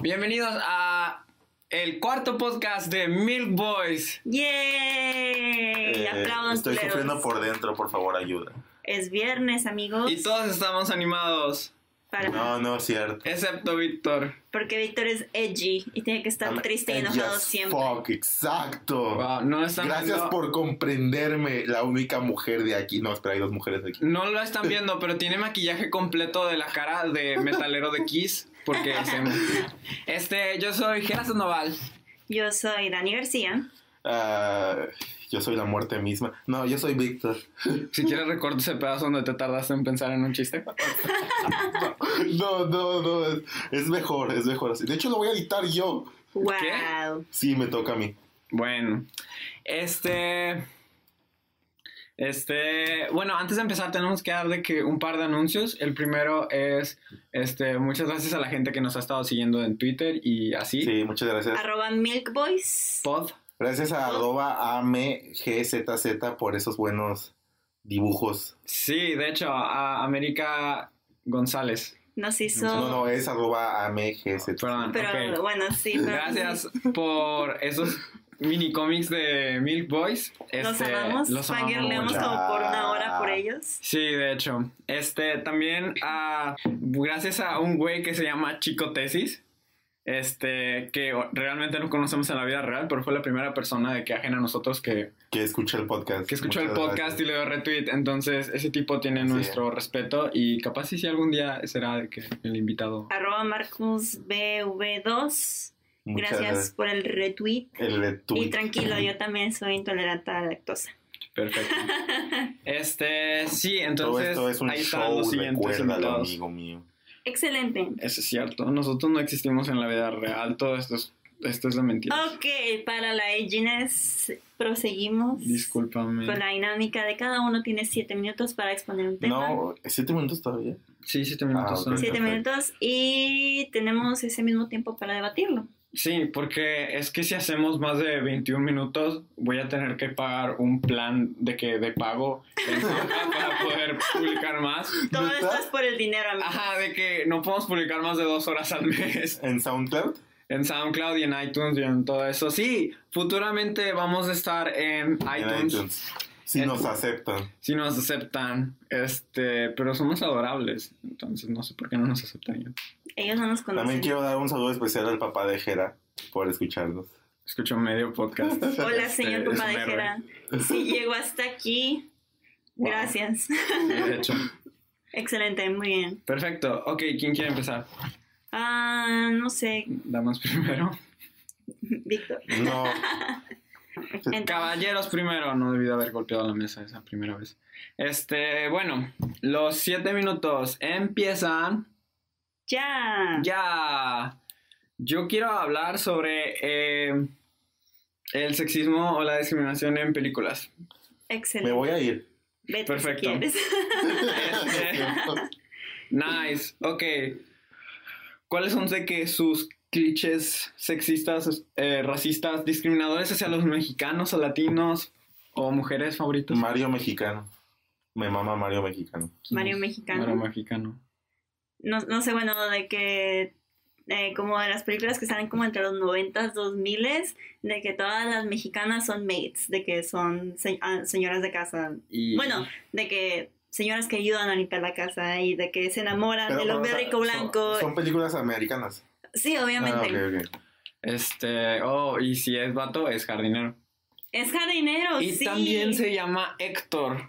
Bienvenidos a el cuarto podcast de Milk Boys. ¡Yay! Eh, Aplausos. estoy culeros. sufriendo por dentro, por favor, ayuda. Es viernes, amigos. Y todos estamos animados, para- No, no es cierto. excepto Víctor. Porque Víctor es edgy y tiene que estar I'm triste y edgy enojado as siempre. Fuck, exacto. Wow, no están Gracias viendo- por comprenderme, la única mujer de aquí. No, espera, hay dos mujeres aquí. No lo están viendo, pero tiene maquillaje completo de la cara de metalero de Kiss. Porque se- este, yo soy Gerardo Noval. Yo soy Dani García. Ah, yo soy la muerte misma. No, yo soy Víctor. Si quieres recorto ese pedazo donde te tardaste en pensar en un chiste. No, no, no. Es, es mejor, es mejor así. De hecho, lo voy a editar yo. ¡Wow! Sí, me toca a mí. Bueno, este. Este, bueno, antes de empezar tenemos que dar de que un par de anuncios. El primero es, este, muchas gracias a la gente que nos ha estado siguiendo en Twitter y así. Sí, muchas gracias. Arroba Milk Boys. Pod. Gracias a arroba AMGZZ por esos buenos dibujos. Sí, de hecho, a América González. Nos hizo. No, no, es arroba AMGZZ. Perdón. pero ok. bueno, sí. pero- Gracias por esos mini cómics de Milk Boys. Los Este, amamos. los amamos Fangirleamos mucho. como por una hora Ah. por ellos. Sí, de hecho. Este, también ah, gracias a un güey que se llama Chico Tesis, este, que o- realmente no conocemos en la vida real, pero fue la primera persona de que ajena a nosotros que, que escucha el podcast. que escuchó el Muchas podcast y gracias. le dio retweet. Entonces, ese tipo tiene Así nuestro respeto y capaz si sí, algún día será de que el invitado. Arroba Marcus BV2. Muchas Gracias por el retweet. El de tu- Y tranquilo, yo también soy intolerante a la lactosa. Perfecto. Este, sí, Todo entonces esto es un ahí están show, los siguientes recuérdalo, invitados. amigo mío. Excelente. Eso es cierto. Nosotros no existimos en la vida real. Todo esto es, esto es de mentiras. Ok, para la Edginess proseguimos Discúlpame. con la dinámica de cada uno. Tiene siete minutos para exponer un tema. No, siete minutos todavía. Sí, siete minutos. ok. son. Siete perfecto. minutos y tenemos ese mismo tiempo para debatirlo. Sí, porque es que si hacemos más de 21 minutos, voy a tener que pagar un plan de que de pago en Soundcloud para poder publicar más. Todo ¿Neta? esto es por el dinero, amigo. Ajá, de que no podemos publicar más de dos horas al mes En SoundCloud. en SoundCloud y en iTunes y en todo eso. Sí, futuramente vamos a estar en En iTunes, iTunes. Si En- nos aceptan. si nos aceptan. Este, pero somos adorables, entonces no sé por qué no nos aceptarían. Ellos no nos También conocen. quiero dar un saludo especial al papá de Jera por escucharnos. Escucho medio podcast. Hola, Este, señor es un papá de héroe. Jera. Si llegó hasta aquí, Wow. gracias. Sí, de hecho. Excelente, muy bien. Perfecto. Ok, ¿quién quiere empezar? Ah, no sé, Damas primero. Víctor. No, Caballeros primero, no debí de haber golpeado la mesa esa primera vez. Este, bueno, los siete minutos empiezan Ya. ya. Yo quiero hablar sobre eh, el sexismo o la discriminación en películas. me Excelente. voy a ir. Vete Perfecto. si quieres. Este, nice, ok. ¿Cuáles son de que sus clichés sexistas, eh, racistas, discriminadores hacia los mexicanos o latinos o mujeres favoritos? Mario Mexicano. Me mama Mario Mexicano. Mario Mexicano. Mario Mexicano. no, no sé, bueno, de que eh, como de las películas que salen como entre los 90s, 2000 de que todas las mexicanas son maids, de que son se- ah, señoras de casa, Y- bueno, de que señoras que ayudan a limpiar la casa y de que se enamoran Pero, del pero, hombre o sea, rico son- blanco. Son, películas americanas. Sí, obviamente. Ah, ok, ok. Este, oh, y si es vato, es jardinero. Es jardinero, y Oh, sí. también se llama Héctor.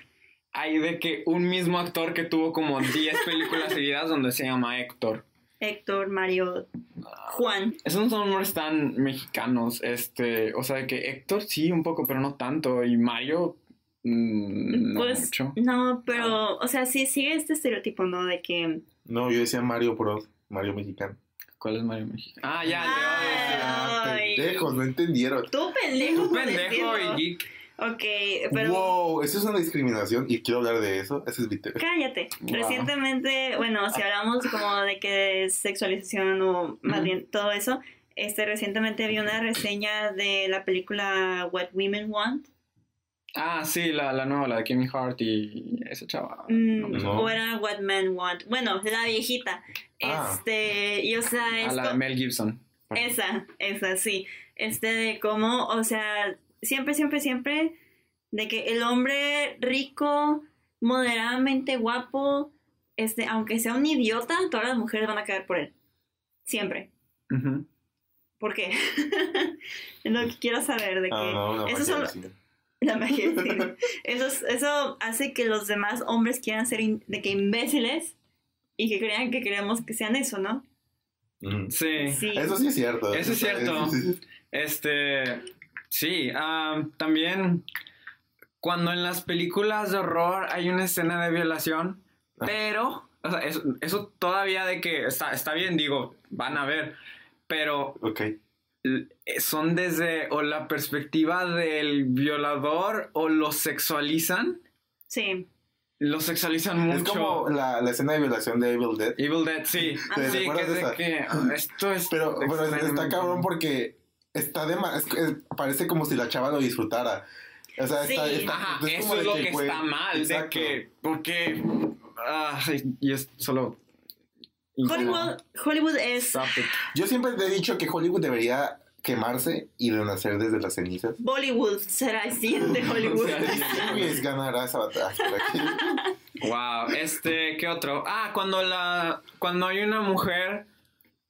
Hay de que un mismo actor que tuvo como 10 películas seguidas donde se llama Héctor. Héctor, Mario, Ah, Juan. Esos son nombres tan mexicanos, este, o sea, de que Héctor sí, un poco, pero no tanto. Y Mario, mm, no pues mucho. no, pero, Ah. o sea, sí sigue este estereotipo, ¿no? De que No, yo decía Mario Bros. Mario Mexicano. ¿Cuál es Mario Mexicano? Ah, ya, Ah, el Ah, Ay. pendejos, no entendieron. tú pendejo. por de Pendejo decirlo. y geek. Ok, pero Wow, eso es una discriminación y quiero hablar de eso. Ese es mi tema. cállate. Wow. Recientemente, bueno, si hablamos como de que sexualización o más Ujú. bien todo eso, este recientemente vi una reseña de la película What Women Want Ah, sí, la, la nueva, la de Kevin Hart y esa chava. Mm, No me No. acuerdo. O era What Men Want. Bueno, la viejita. Ah. Este, y o sea, Ah, es la de co- Mel Gibson. esa, esa, sí. Este de cómo, o sea, siempre, siempre, siempre, de que el hombre rico, moderadamente guapo, este, aunque sea un idiota, todas las mujeres van a caer por él. Siempre. Ujú. ¿Por qué? es lo que quiero saber de que Ah, no, una esos magia son- del cine. la magia del cine. Eso, es- eso hace que los demás hombres quieran ser in- de que imbéciles y que crean que queremos que sean eso, ¿no? Ujú. Sí. Sí. Eso sí es cierto. Eso es cierto. Eso sí- Este, sí, ah, también cuando en las películas de horror hay una escena de violación, Ah. pero, o sea, eso, eso todavía de que está, está bien, digo, van a ver, pero Ok. l- eh, son desde o la perspectiva del violador o lo sexualizan, Sí. lo sexualizan mucho. Es como la, la escena de violación de Evil Dead. Evil Dead, sí, ¿Te sí, que acuerdas es de de esa? que ah, esto es... Pero, pero es- está extremadamente- cabrón porque está de ma- es- es- parece como si la chava lo disfrutara. O sea, está, Sí. está- Ajá, es eso como es de lo que, güey, está mal, exacto. de que, porque, ah, y es solo... Hollywood, Hollywood es Stop it. Yo siempre te he dicho que Hollywood debería quemarse y renacer desde las cenizas. Bollywood, será el siguiente Hollywood. Luis ganará esa batalla. Wow, este, ¿qué otro? Ah, cuando la, cuando hay una mujer,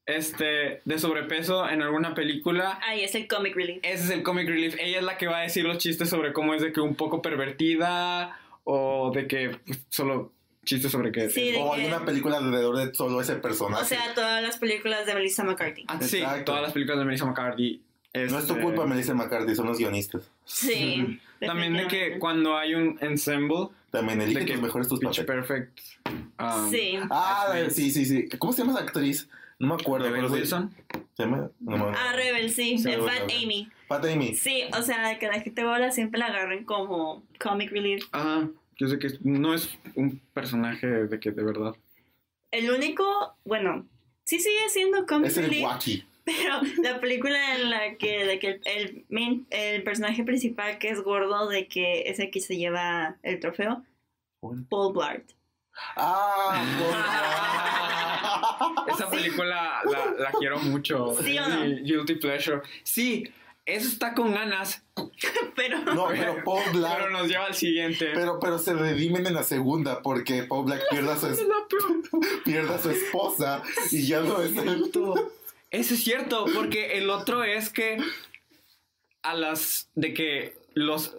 este, de sobrepeso en alguna película, Ay, es el comic relief. ese es el comic relief, ella es la que va a decir los chistes sobre cómo es de que un poco pervertida, o de que pues, solo chistes sobre que... Sí, de O que- hay una película alrededor de solo ese o personaje. sea, todas las películas de Melissa McCarthy. Ah, sí, Exacto. todas las películas de Melissa McCarthy. no es tu este, culpa, Melissa McCarthy, son los guionistas. Sí. También de que definitivamente. cuando hay un ensemble, También eligen de que tus mejores tus Pitch papeles. Perfect. um, Sí. Ah, Ashley. sí, sí, sí. ¿Cómo se llama esa actriz? No me acuerdo. Rebel pero sí. Wilson. ¿Se llama? No me acuerdo. Ah, Rebel, sí. Sí, el bueno, Fat bueno. Amy. Pat Amy. Sí, o sea, de que la gente bola siempre la agarren como comic relief. Ajá. Ah, Yo sé que no es un personaje de que de verdad. El único, bueno, sí sigue siendo comic Es el relief, Wacky. pero la película en la que, de que el, el main- el personaje principal que es gordo, de que es el que se lleva el trofeo, Paul Blart. Ah, por- Esa película la, la quiero mucho. Oh, ¿Sí o no? Sí, Guilty Pleasure. Sí, eso está con ganas, Pero No, pero Paul pero Black. nos lleva al siguiente. Pero, pero se redimen en la segunda porque Paul Black pierda a su, Es es- la peor. pierda a su esposa y ya no es él. Eso es cierto, porque el otro es que a las de que los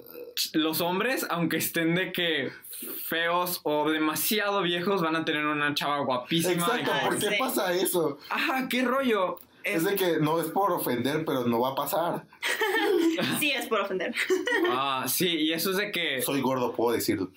los hombres, aunque estén de que feos o demasiado viejos, van a tener una chava guapísima. Exacto, Ay, ¿por qué sí. pasa eso? Ajá, qué rollo. Es Es- de que no es por ofender, pero no va a pasar. sí es por ofender. Ah, sí, y eso es de que Soy gordo, puedo decirlo.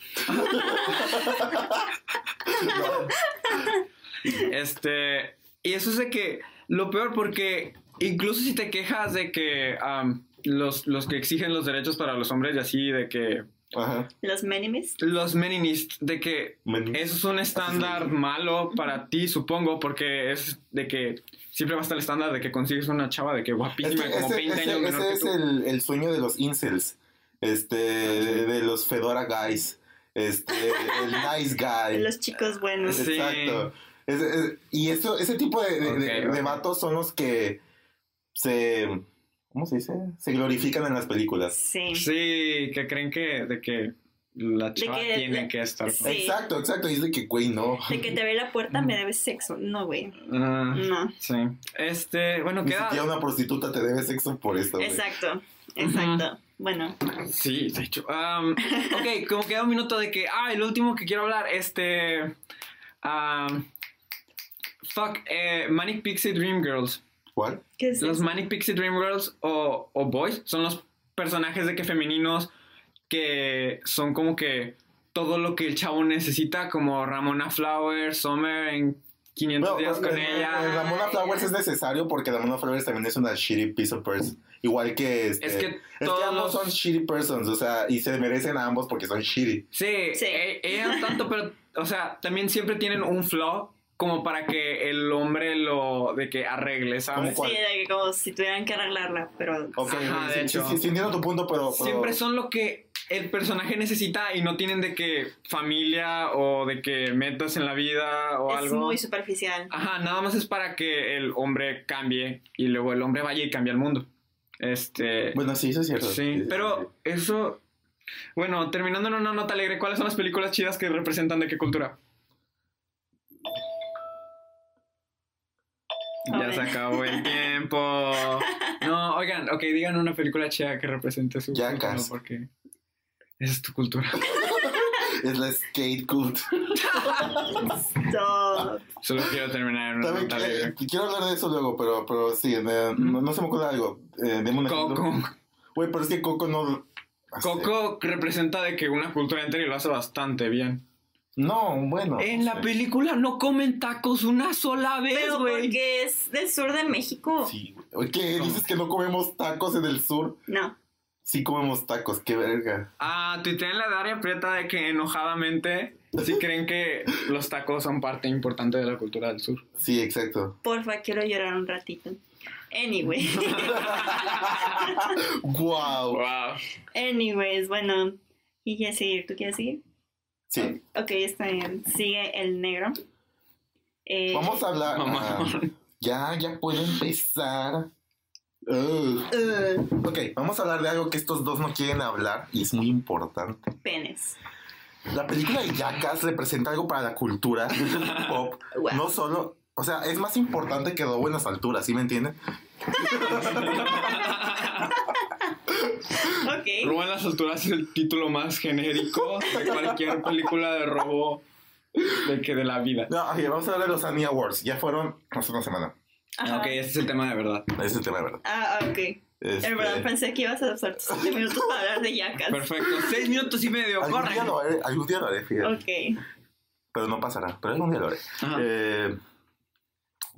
este y eso es de que lo peor porque incluso si te quejas de que am, los, los que exigen los derechos para los hombres y así de que Ajá. Los Menimis. los meninists de que Men- Eso es un estándar malo para ti, supongo, porque es de que siempre va a estar el estándar de que consigues una chava de que Es guapísima, que como ese, 20 ese- años menor ese que este, es tú. Ah, el, el sueño de los incels, este, de, de los Fedora Guys, este, el Nice Guy. Los chicos buenos. Sí. Exacto. Es- es- y eso, ese tipo de, de, de- Ok, ok. de vatos son los que se. ¿Cómo se dice? Se glorifican en las películas. Sí. Sí, que creen que de que la chava que- tiene que estar. Sí. con- Exacto, exacto. Y es de que, güey, no. De que te ve la puerta me debes sexo. No, güey. Ah, No. sí. Este, bueno, Ni queda. siquiera una prostituta te debe sexo por esto. güey. ah. Exacto. Exacto. Bueno. Sí, de hecho. Am, ok, como queda un minuto de que. Ah, el último que quiero hablar, este. am, fuck, eh, Manic Pixie Dream Girls. ¿Cuál? ¿Qué es Los eso? Manic Pixie Dream Girls o, o Boys son los personajes de que femeninos que son como que todo lo que el chavo necesita, como Ramona Flowers, Summer en 500 No, días con eh, ella. eh, Ramona Ay, Flowers ya. es necesario porque Ramona Flowers también es una shitty piece of person. Igual que este. Es que es que ambos todos- son shitty persons, o sea, y se merecen a ambos porque son shitty. Sí, Sí. e- ellas tanto, pero, o sea, también siempre tienen un flow como para que el hombre lo de que arregle, Como ¿sabes? cual- Sí, de que como si tuvieran que arreglarla, pero Ok, Ajá, sí, de sí, hecho. sí, sí, entiendo tu punto, pero. pero- Siempre son lo que el personaje necesita y no tienen de que familia o de que metas en la vida o es algo. muy superficial. Ajá, nada más es para que el hombre cambie y luego el hombre vaya y cambie el mundo. Este. Bueno, sí, eso es cierto. sí, pero eso. Bueno, terminando en una nota alegre, ¿cuáles son las películas chidas que representan de qué cultura? Ya se Joder. acabó el tiempo. No, oigan, ok, digan una película chida que represente su Ya cultura, casi. porque esa es tu cultura. Es la skate cult. Ah. So, Solo quiero terminar en una También nota alegre. que- eh, quiero hablar de eso luego, pero, pero sí, eh, no, no se me ocurre algo. Eh, deme un ejemplo. Coco. Güey, pero es que Coco no. Este, Coco representa de que una cultura entera y lo hace bastante bien. No, bueno. En la película no comen tacos una sola vez, pero Pues, güey. porque es del sur de México. Sí, güey. Oye, ¿Qué? ¿Dices que no comemos tacos en el sur? No. Sí comemos tacos, qué verga. Ah, tuiteen la de Daria Prieta de que enojadamente sí creen que los tacos son parte importante de la cultura del sur. Sí, exacto. Porfa, quiero llorar un ratito. Anyway. wow. Wow. Anyways, bueno. ¿Y quieres seguir? ¿Tú quieres seguir? Sí. Ok, está bien. Sigue el negro. Eh, Vamos a hablar. Mamá. ah, ya, ya puedo empezar. Ugh. uh, Ok, vamos a hablar de algo que estos dos no quieren hablar y es muy importante. penes. La película de Jackass representa algo para la cultura pop, Wow. no solo, o sea, es más importante que Robo en las alturas, ¿sí me entienden? Ok. Robo en las alturas es el título más genérico de cualquier película de robo de que de la vida. No, ok, vamos a hablar de los Annie Awards, ya fueron hace una semana, Ajá. Ok, este es el tema de verdad. ese es el tema de verdad. Ah, ah, ok. Este, En verdad pensé que ibas a usar tus 7 minutos para hablar de yacas. Perfecto. Seis minutos y medio, algún, corre. día lo haré, algún día lo haré, fíjate, Ok. pero no pasará, pero algún día lo haré. Ajá. Eh,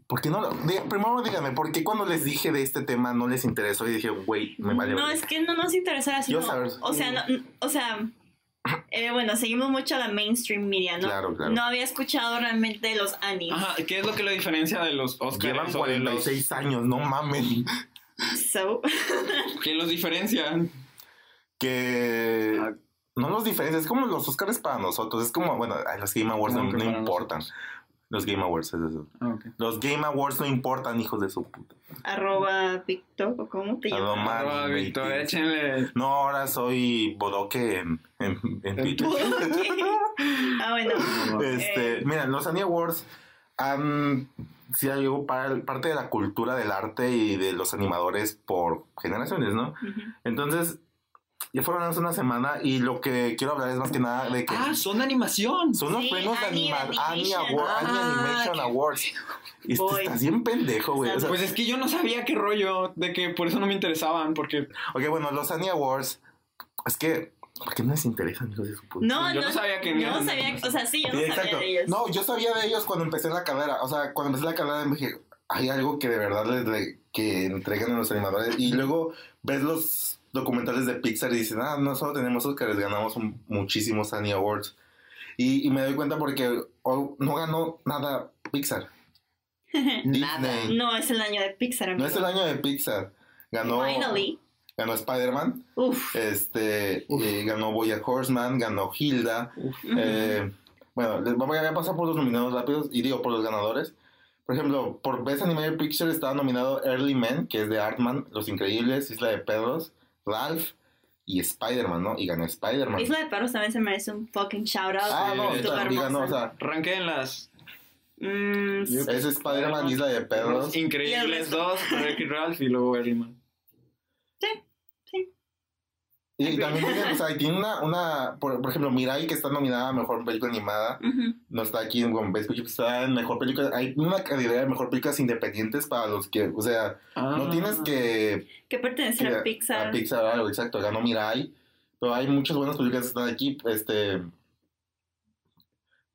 ¿Por qué no lo- de- primero díganme, ¿por qué cuando les dije de este tema no les interesó y dije, güey, me vale No, verga"? es que no nos interesa así. Yo no. saber. O sea, no, n- o sea eh, bueno, seguimos mucho a la mainstream media, ¿no? Claro, claro. No había escuchado realmente los Annie. Ajá, ¿qué es lo que lo diferencia de los Oscars? Llevan o de los- 46 años, no mamen. So, ¿Qué los diferencia? que Ah. no los diferencia, es como los Oscars para nosotros, es como, bueno, ay, los Game Awards no, Como que Pues no para importan. nosotros. Los Game Awards, es eso. Ah, ok. Los Game Awards no importan, hijos de su puta. arroba TikTok, ¿o cómo te Arroba. llamas? Man, Arroba, me Ah, Víctor, tienes. échenle. No, ahora soy bodoque en, en, en Twitter. Ok. Ah, bueno. Este, Eh. mira, los Annie Awards han sido algo para- parte de la cultura del arte y de los animadores por generaciones, ¿no? Ujú. Entonces, ya fueron hace una semana y lo que quiero hablar es más que nada de que... Ah, son de animación. Son los Sí, premios de Annie anima- Annie, Animation. Award- Ah, Annie Animation qué- Awards. Y este, Voy. estás bien pendejo, güey. O sea, Pues es que yo no sabía qué rollo, de que por eso no me interesaban, porque ok, bueno, los Annie Awards. Es que. ¿Por qué no les interesan, hijos de su puta? No, Yo no, no sabía que yo ni no eran sabía, niños. o sea, sí, yo no Sí, sabía de ellos. No, yo sabía de ellos cuando empecé la carrera. O sea, cuando empecé la carrera me dije, hay algo que de verdad les le- que entregan a los animadores. Y luego ves los documentales de Pixar y dicen, ah, no solo tenemos Oscars, ganamos un- muchísimos Annie Awards. Y, y me doy cuenta porque oh, no ganó nada Pixar. Disney. No, es el año de Pixar, amigo. No es el año de Pixar. Ganó, Finally. ganó Spider-Man, Uf. este, Uf. eh, ganó Boya Horseman, ganó Hilda. Ujú. eh, bueno, les voy a pasar por los nominados rápidos y digo por los ganadores. Por ejemplo, por Best Animated Picture estaba nominado Early Men, que es de Artman, Los Increíbles, Isla de Perros, Ralph y Spider-Man, ¿no? Y ganó Spider-Man. Isla de Perros también se merece un fucking shout out. Ah, no, Sí, o sea, Estuvo y ganó, o hermosa. sea, ranqueenlas. Mm, sí. es Spider-Man, Isla de Perros. Los Increíbles 2, Rick y Ralph y luego Berryman. Y también tiene, o sea, y tiene una, una por, por ejemplo, Mirai, que está nominada a Mejor Película Animada. Ujú. no está aquí en One Piece, está en mejor película. Hay una calidad de mejor películas independientes para los que, o sea, Ah, Ah. no tienes que. Que pertenece que- a Pixar. A Pixar, algo, exacto, ganó Mirai. Pero hay muchas buenas películas que están aquí. Este.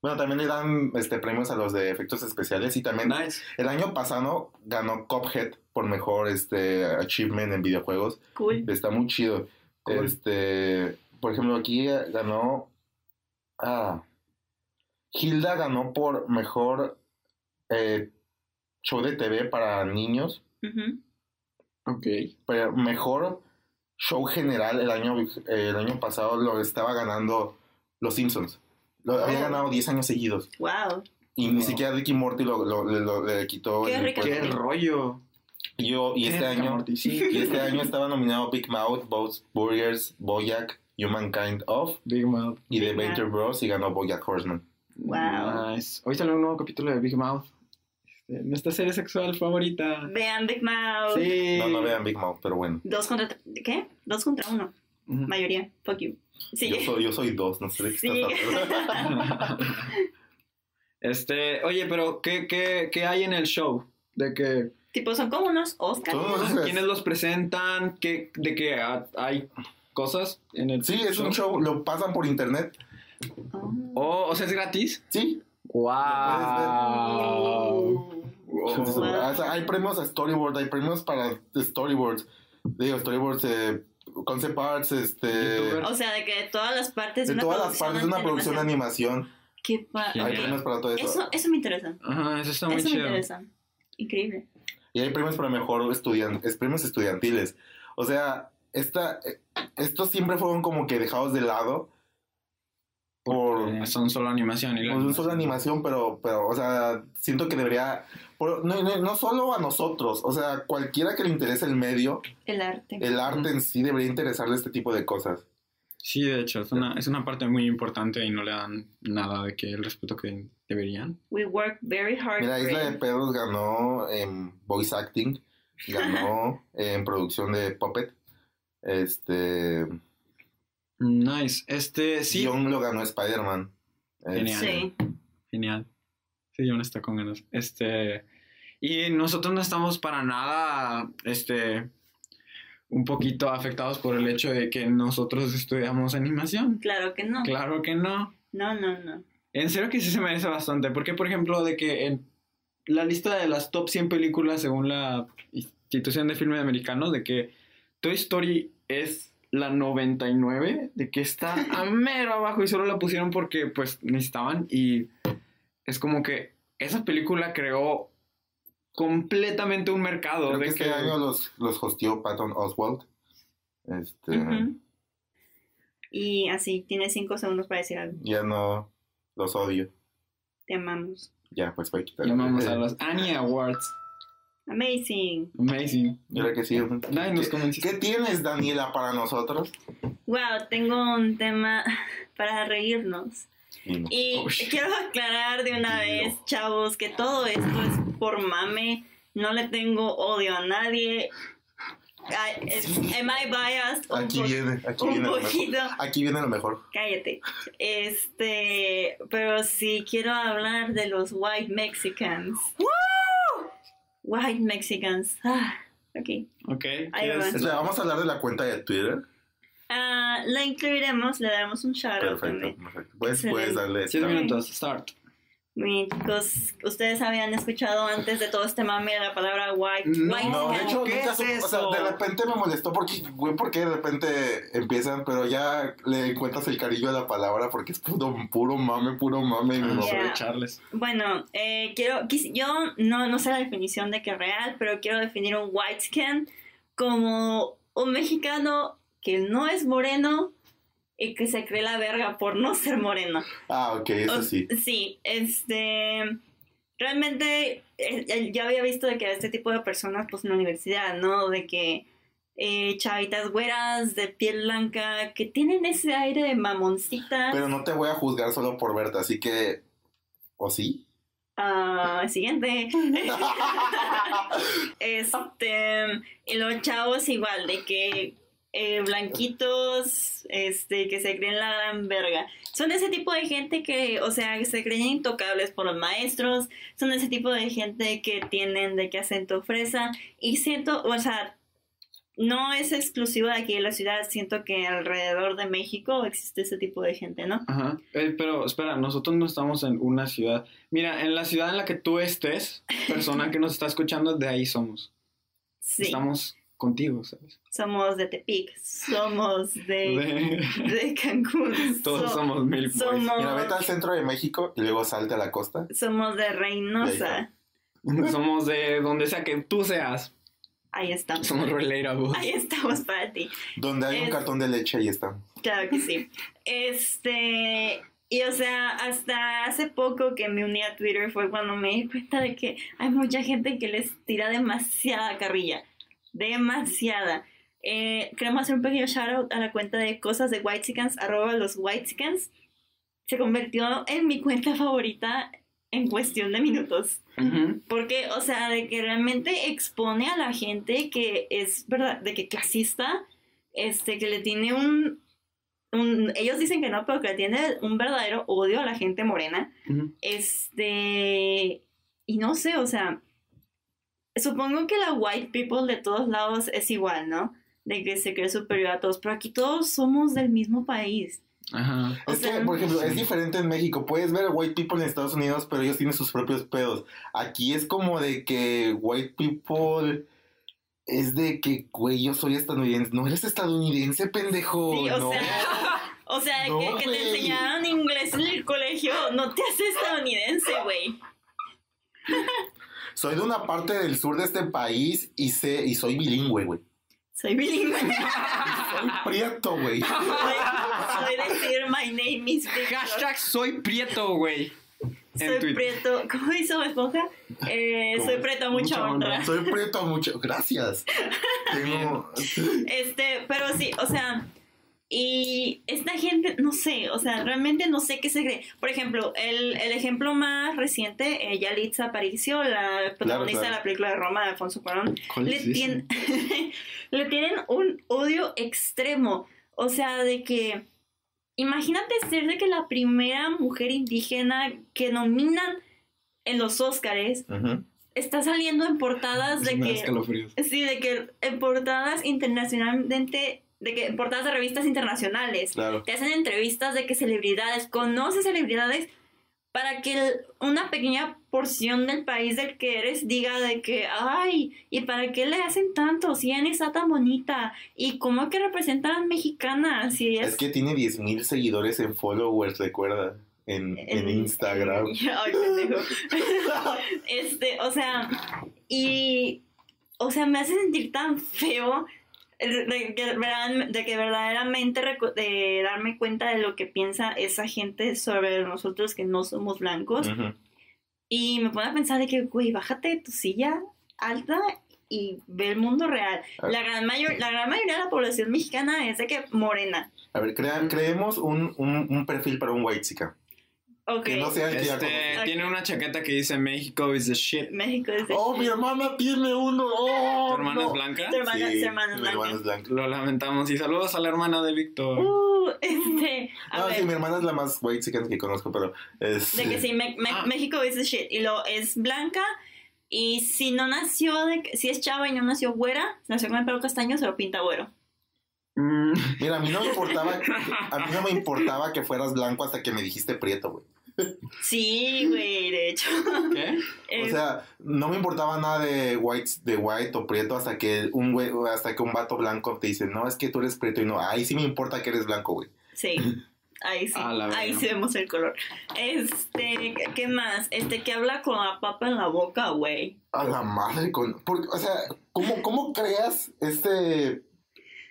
Bueno, también le dan este, premios a los de efectos especiales. Y también Nice. el año pasado ganó Cophead por mejor este, achievement en videojuegos. Cool. Está muy chido. Cool. Este, por ejemplo, aquí ganó. Ah. Hilda ganó por mejor eh, show de TV para niños. Ujú. Ok. pero Mejor show general el año, eh, el año pasado lo estaba ganando Los Simpsons. Lo había ganado 10 años seguidos. Wow. Y ni Wow. siquiera Ricky Morty lo, lo- le- lo- le quitó. Qué el rica- puesto. ¡Qué rollo! Y yo, Pues y este Rick and año, Morty, sí. y este año estaba nominado Big Mouth, Boats, Burgers, Boyack, Humankind Of Big Mouth. y The Big Mouth. Venture Bros. y ganó Boyack Horseman. Wow. Nice. Hoy salió un nuevo capítulo de Big Mouth. Este, nuestra serie sexual favorita. Vean Big Mouth. Sí. No, no vean Big Mouth, pero bueno. Dos contra. ¿Qué? Dos contra uno. Ujú. Mayoría. Fuck you. Sí. Yo soy, yo soy dos, no sé de qué Sí. estás hablando. Este, oye, pero ¿qué, qué, qué hay en el show? De que ah, tipo, son como unos Oscars. Todo eso es- quiénes los presentan, ¿Qué, de que ah, hay cosas en el Sí, es un show, lo pasan por internet. Oh. Oh, o sea, es gratis. Sí. Wow. Entonces, Wow. Ah, o sea, hay premios a storyboard, hay premios para storyboards. Digo, storyboards, eh, concept arts, este. Youtuber. O sea, de que de todas las partes De una todas las partes de una producción de animación. animación. Qué pa- Genial. Hay ok. premios para todo eso. Eso, eso me interesa. Ajá, eso está muy Eso me chido. interesa. Increíble. Y hay premios para mejor estudiante, es premios estudiantiles. O sea, esta, eh, estos siempre fueron como que dejados de lado por, Porque Eh, son solo animación y la- por un Pues, solo animación, pero, pero, o sea, siento que debería, por- no, no- no solo a nosotros, o sea, cualquiera que le interese el medio, El arte. el arte en sí debería interesarle este tipo de cosas. Sí, de hecho, es una, es una parte muy importante y no le dan nada de que el respeto que deberían. We work very hard. Mira, for Isla de it. Pedros ganó en voice acting, ganó en producción de puppet, este, Nice. Este, sí. guión lo ganó Spider-Man. Genial. Este, Sí. Genial. Sí, John está con ganas. Este. Y nosotros no estamos para nada, este, un poquito afectados por el hecho de que nosotros estudiamos animación. Claro que no. Claro que no. No, no, no. En serio que sí se merece bastante. Porque, por ejemplo, de que en la lista de las top 100 películas según la institución de filmes americanos, de que Toy Story es la 99, de que está a mero abajo y solo la pusieron porque pues necesitaban y es como que esa película creó completamente un mercado. Creo de que este que- año los, los hosteó Patton Oswald. Este, Ujú. Y así, tienes cinco segundos para decir algo. Ya no los odio. Te amamos. Ya, pues voy a quitar. Llamamos a Eh, los Annie Awards. Amazing. Amazing. yo creo que sí. Nadie nos convenció. ¿Qué tienes, Daniela, para nosotros? Wow, tengo un tema para reírnos. Y no. Y Ush. quiero aclarar de una Dilo. vez, chavos, que todo esto es por mame. No le tengo odio a nadie. I- es- am I biased? Un Aquí po- viene, aquí un viene lo mejor. poquito. Aquí viene lo mejor. Cállate. Este, pero sí quiero hablar de los white Mexicans. White Mexicans. Ah, ok. Ok. Ahí va. ¿quieres- Espera, vamos a hablar de la cuenta de Twitter. Ah, la incluiremos, le daremos un shout out también. Perfecto, perfecto. Pues Excelente. puedes darle. Siete Sí. minutos, start. Muy bien, Chicos, pues, ustedes habían escuchado antes de todo este mame la palabra white. No, white No, de Mexican. hecho, ¿Qué nunca es supe- o sea, eso? de repente me molestó porque, güey, porque de repente empiezan, pero ya le encuentras el cariño a la palabra porque es puro, puro mame, puro mame. Y me Vamos mamó. a Yeah. aprovecharles. Bueno, eh, quiero, quis- yo no, no sé la definición de que real, pero quiero definir un white skin como un mexicano que no es moreno y que se cree la verga por no ser moreno. Ah, ok, eso O- sí. Sí, este... Realmente eh, eh, ya había visto de que este tipo de personas pues en la universidad, ¿no? De que eh, chavitas güeras de piel blanca que tienen ese aire de mamoncita. Pero no te voy a juzgar solo por verte, así que. ¿O sí? Ah, siguiente. Este, y los chavos igual, de que eh, blanquitos, este, que se creen la gran verga. Son ese tipo de gente que, o sea, que se creen intocables por los maestros, son ese tipo de gente que tienen de que acento fresa, y siento, o sea, no es exclusivo de aquí de la ciudad, siento que alrededor de México existe ese tipo de gente, ¿no? Ajá. Eh, pero espera, nosotros no estamos en una ciudad. Mira, en la ciudad en la que tú estés, persona que nos está escuchando, de ahí somos. Sí, Estamos contigo, ¿sabes? somos de Tepic, somos De- de Cancún. Todos So- somos mil pues. boys. somos, Mira, vete al centro de México y luego salte a la costa. somos de Ahí está. Reynosa. Somos de donde sea que tú seas. ahí estamos. Somos relatable. Ahí estamos para ti. Donde hay un Es- cartón de leche, ahí está. Claro que sí. Este, y o sea, hasta hace poco que me uní a Twitter fue cuando me di cuenta de que hay mucha gente que les tira demasiada carrilla. Demasiada. Eh, queremos hacer un pequeño shout out a la cuenta de cosas de Whitesicans, arroba los Whitesicans. Se convirtió en mi cuenta favorita en cuestión de minutos. Ujú. Porque, o sea, de que realmente expone a la gente que es verdad, de que clasista, este, que le tiene un, un- ellos dicen que no, pero que le tiene un verdadero odio a la gente morena. Ujú. Este, y no sé, o sea, supongo que la white people de todos lados es igual, ¿no? De que se cree superior a todos, pero aquí todos somos del mismo país. Ajá. O es sea, que, por ejemplo, es diferente en México. Puedes ver white people en Estados Unidos, pero ellos tienen sus propios pedos. Aquí es como de que white people es de que, güey, yo soy estadounidense. No eres estadounidense, pendejo. Sí, o Oh, no. sea, o sea, No, que, que te güey. enseñaron inglés en el colegio no te hace estadounidense, güey. Soy de una parte del sur de este país y sé y soy bilingüe, güey. Soy bilingüe. Soy prieto, güey. soy, soy decir my name is Victor. Hashtag soy prieto, güey. soy Twitter. prieto. ¿Cómo hizo esposa? Eh, ¿Cómo? soy prieto mucha, Mucha honra. honra. Soy prieto mucho. Gracias. Tengo. Este, pero sí, o sea, y esta gente, no sé, o sea, realmente no sé qué se cree. Por ejemplo, el, el ejemplo más reciente, eh, Yalitza Aparicio, la protagonista de claro. la película de Roma de Alfonso Cuarón, ¿Cuál le, es ese? tien- le tienen un odio extremo. O sea, de que. Imagínate ser de que la primera mujer indígena que nominan en los Óscares Ujú. está saliendo en portadas de Me da que. escalofríos. Sí, de que en portadas internacionalmente. De que en portadas de revistas internacionales. Claro. Te hacen entrevistas de que celebridades. Conoce celebridades para que el- una pequeña porción del país del que eres diga de que, ay, ¿y para qué le hacen tanto? Si Anne está tan bonita. ¿Y cómo que representan a las mexicanas? Si es, Es que tiene 10.000 seguidores en followers, recuerda. En, en Instagram. Ay, pendejo. este, o sea, y, o sea, me hace sentir tan feo el- de que, verdad- de que verdaderamente recu- de darme cuenta de lo que piensa esa gente sobre nosotros que no somos blancos. Ujú. Y me pone a pensar de que, güey, bájate de tu silla alta y ve el mundo real. Ah. La gran, mayor, la gran mayoría de la población mexicana es de que morena. A ver, crea- creemos un, un, un perfil para un white chica. Ok. Que no sea el que ya conoce. Este, tiene una chaqueta que dice México is the shit. México es de... ¡Oh, mi hermana tiene uno! ¡Oh, ¿Tu hermana no! es blanca? Tu hermana- Sí, tu hermana es mi hermana blanca. es blanca. Lo lamentamos. Y saludos a la hermana de Víctor. Uh, este, a No, ver. sí, mi hermana es la más white chica que conozco, pero... este, Es, De que sí, Me- Me- Ah. México is the shit. Y lo es blanca. Y si no nació, de, que- si es chava y no nació güera, si nació con el pelo castaño, se lo pinta güero. Mm, Mira, a mí no me importaba... A mí no me importaba que fueras blanco hasta que me dijiste prieto, güey. Sí, güey, de hecho. ¿Qué? Eh, O sea, no me importaba nada de white, de white o prieto hasta que un güey, hasta que un vato blanco te dice, no, es que tú eres prieto y no, ahí sí me importa que eres blanco, güey. sí. Ahí sí. A la verga. Ahí sí vemos el color. Este, ¿qué más? Este, que habla con la papa en la boca, güey. A la madre con. porque, o sea, ¿cómo, cómo creas este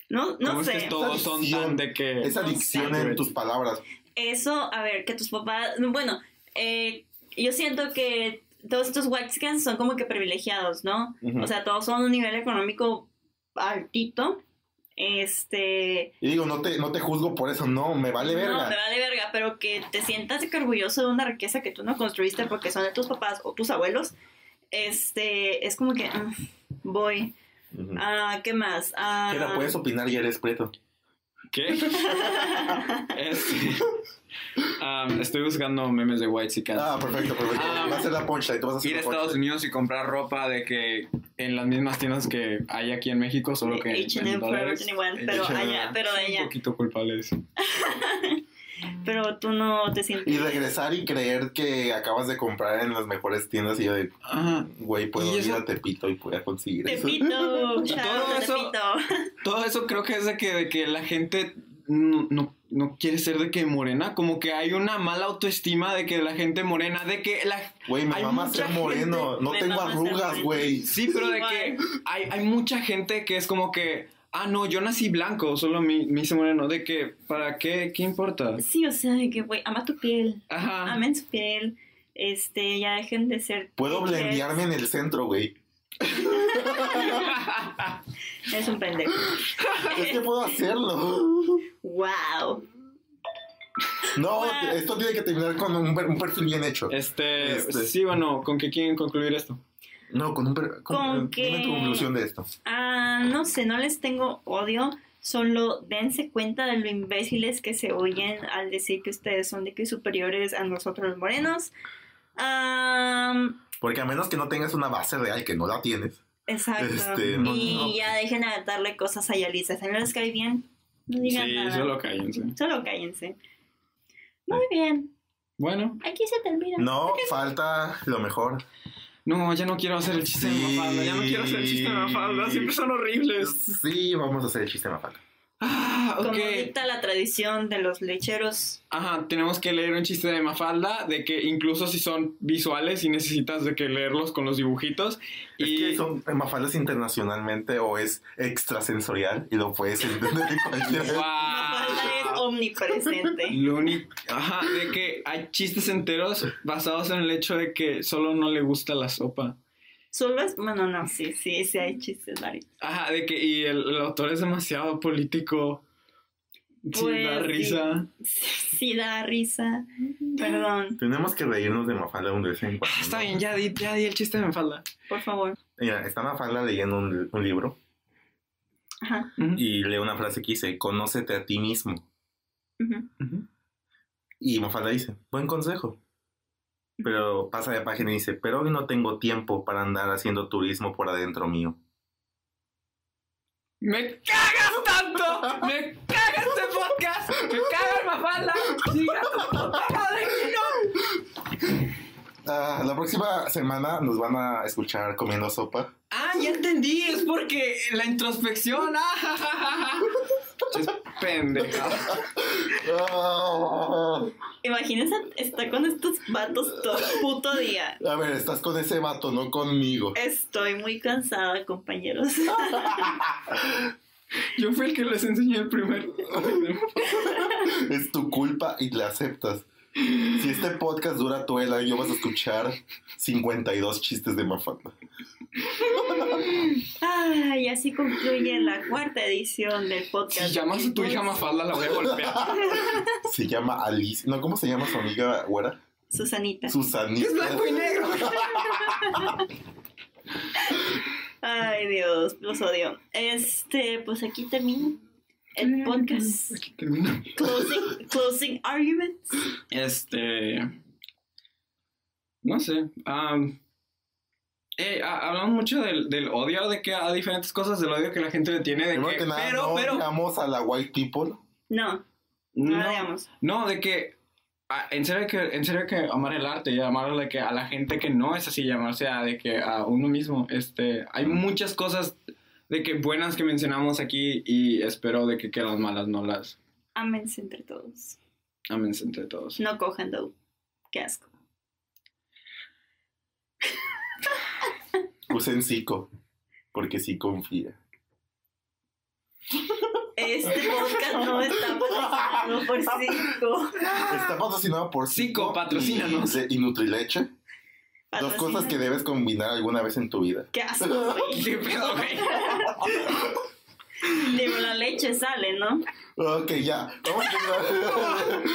No, ¿Cómo no es sé. que todos son tan de que... esa adicción en tus palabras? Eso, a ver, que tus papás. Bueno, eh, yo siento que todos estos Waxcans son como que privilegiados, ¿no? Ujú. O sea, todos son un nivel económico altito. Este. Y digo, no te, no te juzgo por eso, no, me vale No, me verga. vale verga, pero que te sientas que orgulloso de una riqueza que tú no construiste porque son de tus papás o tus abuelos. Este. Es como que. mm, voy. Ujú. Ah, ¿Qué más? Ah, Mira, puedes opinar y eres prieto. ¿Qué? Este, um, estoy buscando memes de White Ah, perfecto, perfecto. Ah. Va a ser la punchline, tú vas a hacer Ir a la Estados punchline. Unidos y comprar ropa de que en las mismas tiendas que hay aquí en México, solo que. en H&M, Forever dólares. 21, pero H&M. allá, pero Soy allá. Un poquito culpable de eso. Pero tú no te sientes. Y regresar y creer que acabas de comprar en las mejores tiendas y yo de, Ah, güey, puedo Y ir eso- a Tepito y voy a conseguir eso. Tepito, chao, Todo eso- Tepito. todo eso creo que es de que, de que la gente no, no no quiere ser de que morena, como que hay una mala autoestima de que la gente morena, de que la... Güey, mi Hay mamá mucha ser moreno. gente- No mi tengo mamá ser arrugas, moreno. güey. Sí, pero de que Igual. hay, hay mucha gente que es como que, ah, no, yo nací blanco, solo me, me hice moreno, de que, ¿para qué? ¿Qué importa? Sí, o sea, de que, güey, ama tu piel, Ah. Ajá. amen su piel, este, ya dejen de ser... Puedo bitches. blendearme en el centro, güey. Es un pendejo. Es que puedo hacerlo. wow. No, esto tiene que terminar con un, per- un perfil bien hecho. Este, Este. sí, bueno, ¿con qué quieren concluir esto? No, con un per- ¿Con eh, dime qué? tu conclusión de esto. Ah, no sé, no les tengo odio, solo dense cuenta de lo imbéciles que se oyen al decir que ustedes son de que superiores a nosotros los morenos. Ah, Porque a menos que no tengas una base real que no la tienes. exacto. Este, no, y no. ya dejen de darle cosas a Yalisa. Si no les cae bien, no digan sí, nada. solo cállense. Solo cállense. Muy bien, Bueno, aquí se termina. No, falta lo mejor. no, ya no quiero hacer el chiste de Sí. Mafalda, ya no quiero hacer el chiste de Mafalda, siempre son horribles. Sí, vamos a hacer el chiste más falta. Ah, Como ok. dicta la tradición de los lecheros. Ajá, tenemos que leer un chiste de Mafalda, de que incluso si son visuales y necesitas de que leerlos con los dibujitos. Es y que son mafalas internacionalmente o es extrasensorial y lo puedes entender en cualquier. Ah. Mafalda es ¡Wow! omnipresente. Lo único, ajá, de que hay chistes enteros basados en el hecho de que solo no le gusta la sopa. Solo es. Bueno, no, sí, sí, sí, hay chistes varios. Ajá, de que, y el, el autor es demasiado político. Sí, Pues, da sí. risa. Sí, sí da risa. Perdón, Tenemos que reírnos de Mafalda un vez en cuando. Ah, está ¿no? bien, ya di, ya di el chiste de Mafalda. por favor. Mira, está Mafalda leyendo un, un libro Ajá. Ujú, y lee una frase que dice: Conócete a ti mismo. ujú. ujú. Y Mafalda dice: Buen consejo. Pero pasa de página y dice: Pero hoy no tengo tiempo para andar haciendo turismo por adentro mío. ¡Me cagas tanto! ¡Me cagas este podcast! ¡Me cagas Mafalda! ¡Siga tu puta madre! ¡No! Ah, la próxima semana nos van a escuchar comiendo sopa. Ah, ya entendí, es porque la introspección. Ah, ja, ja, ja, ja. Es pendeja. Ah, Imagínense estar con estos vatos todo el puto día. a ver, estás con ese vato, no conmigo. Estoy muy cansada, compañeros. Yo fui el que les enseñé el primer. Es tu culpa y la aceptas. Si este podcast dura todo el año, vas a escuchar 52 chistes de Mafalda. Ah, y así concluye la cuarta edición del podcast. Si llamas a tu hija Mafalda, la voy a golpear. Se llama Alice. No, ¿cómo se llama su amiga güera? Susanita. Es Susanita. blanco y negro. Ay, Dios, los odio. Este, pues aquí termina el podcast. Aquí termina. Closing, closing arguments. Este. No sé. am, eh, ha- hablamos mucho del, del odio, de que hay diferentes cosas del odio que la gente le tiene. De Primero que, que nada, pero, no pero. odiamos a la white people. No, no, no, digamos. No, de que. ah, En serio, que, en serio que amar el arte y amar de que a la gente que no es así, llamarse a, de que a uno mismo. Este, hay muchas cosas de que buenas que mencionamos aquí y espero de que, que las malas no las Ámense entre todos. amen entre todos. No cojan dough. Qué asco. Usen psico. Porque sí confía. Este podcast no está patrocinado por cinco. Está patrocinado por Zico, Zico patrocínanos. Y, y Nutrileche. Dos cosas que debes combinar alguna vez en tu vida. Qué asco, güey. ¿Qué pedo, güey? Digo, la leche sale, ¿no? Ok, ya. Vamos a terminar,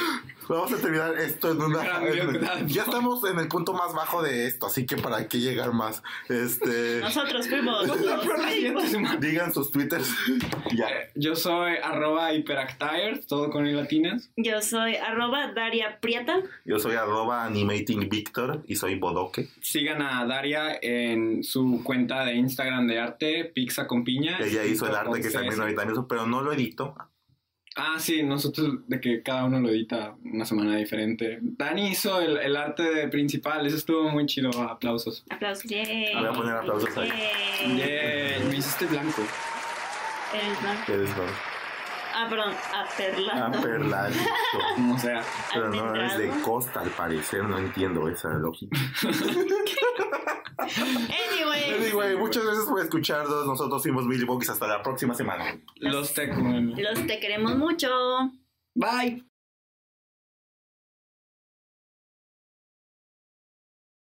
Vamos a terminar esto en una. Grandiosidad. ya estamos en el punto más bajo de esto, así que para qué llegar más. Este. Nosotros fuimos. los Otra prueba la cinco. siguiente semana. Digan sus twitters. ya. Eh, Yo soy arroba hiperactire, todo con i latinas. Yo soy arroba Daria Prieta. Yo soy arroba animatingvictor y soy bodoque. Sigan a Daria en su cuenta de Instagram de arte, pizza con piña. Ella hizo el arte que está viendo ahorita mismo, pero no lo edito. Ah, sí, nosotros de que cada uno lo edita una semana diferente. Dani hizo el, el arte de principal, eso estuvo muy chido, aplausos. Aplausos. Yay. Voy a poner aplausos ahí. Yay. Yeah, me hiciste blanco. El blanco. Eres bodoque. Ah, perdón, Ah, aperlado. Aperladito. O sea, Pero no es de Apedrado. costa, al parecer. No entiendo esa lógica. Anyway, pues. Anyway, muchas gracias por escucharnos. Nosotros fuimos Billy Box. Hasta la próxima semana. los tecumen. los te queremos mucho. Bye.